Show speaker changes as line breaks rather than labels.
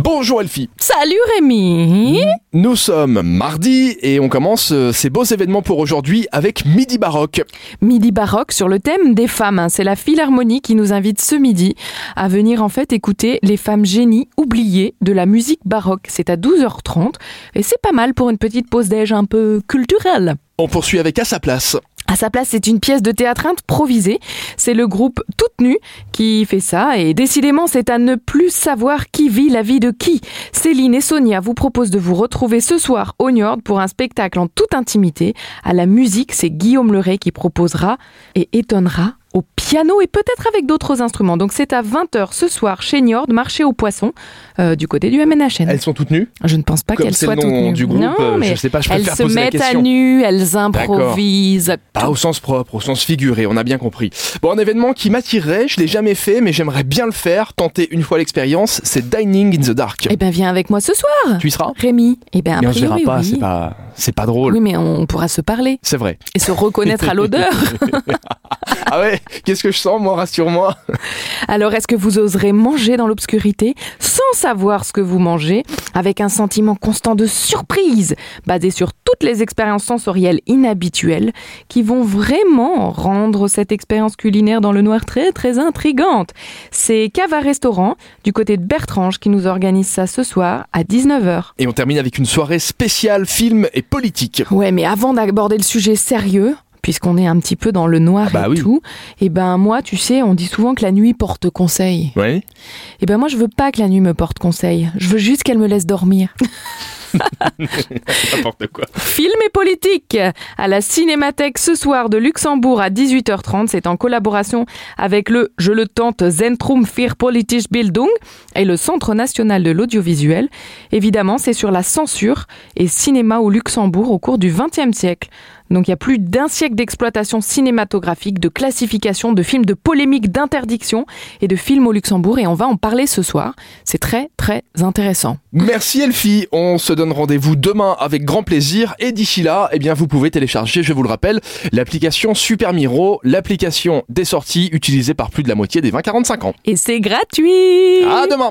Bonjour Elfie.
Salut Rémi
Nous sommes mardi et on commence euh, ces beaux événements pour aujourd'hui avec Midi Baroque.
Midi baroque sur le thème des femmes. hein. C'est la Philharmonie qui nous invite ce midi à venir en fait écouter les femmes génies oubliées de la musique baroque. C'est à 12h30 et c'est pas mal pour une petite pause déj un peu culturelle.
On poursuit avec à sa place.
À sa place, c'est une pièce de théâtre improvisée. C'est le groupe Toute Nue qui fait ça. Et décidément, c'est à ne plus savoir qui vit la vie de qui. Céline et Sonia vous proposent de vous retrouver ce soir au Niord pour un spectacle en toute intimité. À la musique, c'est Guillaume Leray qui proposera et étonnera au piano et peut-être avec d'autres instruments. Donc c'est à 20h ce soir chez Niord, marché aux poissons, euh, du côté du MNHN.
Elles sont toutes nues
Je ne pense pas
Comme
qu'elles
c'est le
soient toutes
nom
nues.
du groupe,
Non,
euh,
mais
je sais pas, je
elles
préfère
se
poser la
mettent à
question.
nu, elles improvisent.
Pas au sens propre, au sens figuré, on a bien compris. Bon, un événement qui m'attirerait, je l'ai jamais fait, mais j'aimerais bien le faire, tenter une fois l'expérience, c'est Dining in the Dark.
Eh bien, viens avec moi ce soir,
Tu y seras
Rémi. Eh bien, a
Mais on se verra
priori,
pas,
oui.
c'est pas, c'est pas drôle.
Oui, mais on pourra se parler
C'est vrai.
et se reconnaître à l'odeur.
Ah ouais, qu'est-ce que je sens, moi, rassure-moi.
Alors, est-ce que vous oserez manger dans l'obscurité sans savoir ce que vous mangez, avec un sentiment constant de surprise, basé sur toutes les expériences sensorielles inhabituelles qui vont vraiment rendre cette expérience culinaire dans le noir très, très intrigante C'est Cava Restaurant, du côté de Bertrange, qui nous organise ça ce soir à 19h.
Et on termine avec une soirée spéciale film et politique.
Ouais, mais avant d'aborder le sujet sérieux, puisqu'on est un petit peu dans le noir
Ah bah
et
oui.
tout, et ben moi, tu sais, on dit souvent que la nuit porte conseil.
Oui.
Et ben moi, je veux pas que la nuit me porte conseil. Je veux juste qu'elle me laisse dormir.
N'importe quoi.
Film et politique à la Cinémathèque ce soir de Luxembourg à 18h30. C'est en collaboration avec le Je le tente Zentrum für Politische Bildung et le Centre national de l'audiovisuel. Évidemment, c'est sur la censure et cinéma au Luxembourg au cours du XXe siècle. Donc il y a plus d'un siècle d'exploitation cinématographique, de classification, de films de polémique, d'interdiction et de films au Luxembourg. Et on va en parler ce soir. C'est très très intéressant.
Merci Elfie, on se donne rendez-vous demain avec grand plaisir et d'ici là, eh bien vous pouvez télécharger, je vous le rappelle, l'application Super Miro, l'application des sorties utilisée par plus de la moitié des 20-45 ans.
Et c'est gratuit
À demain.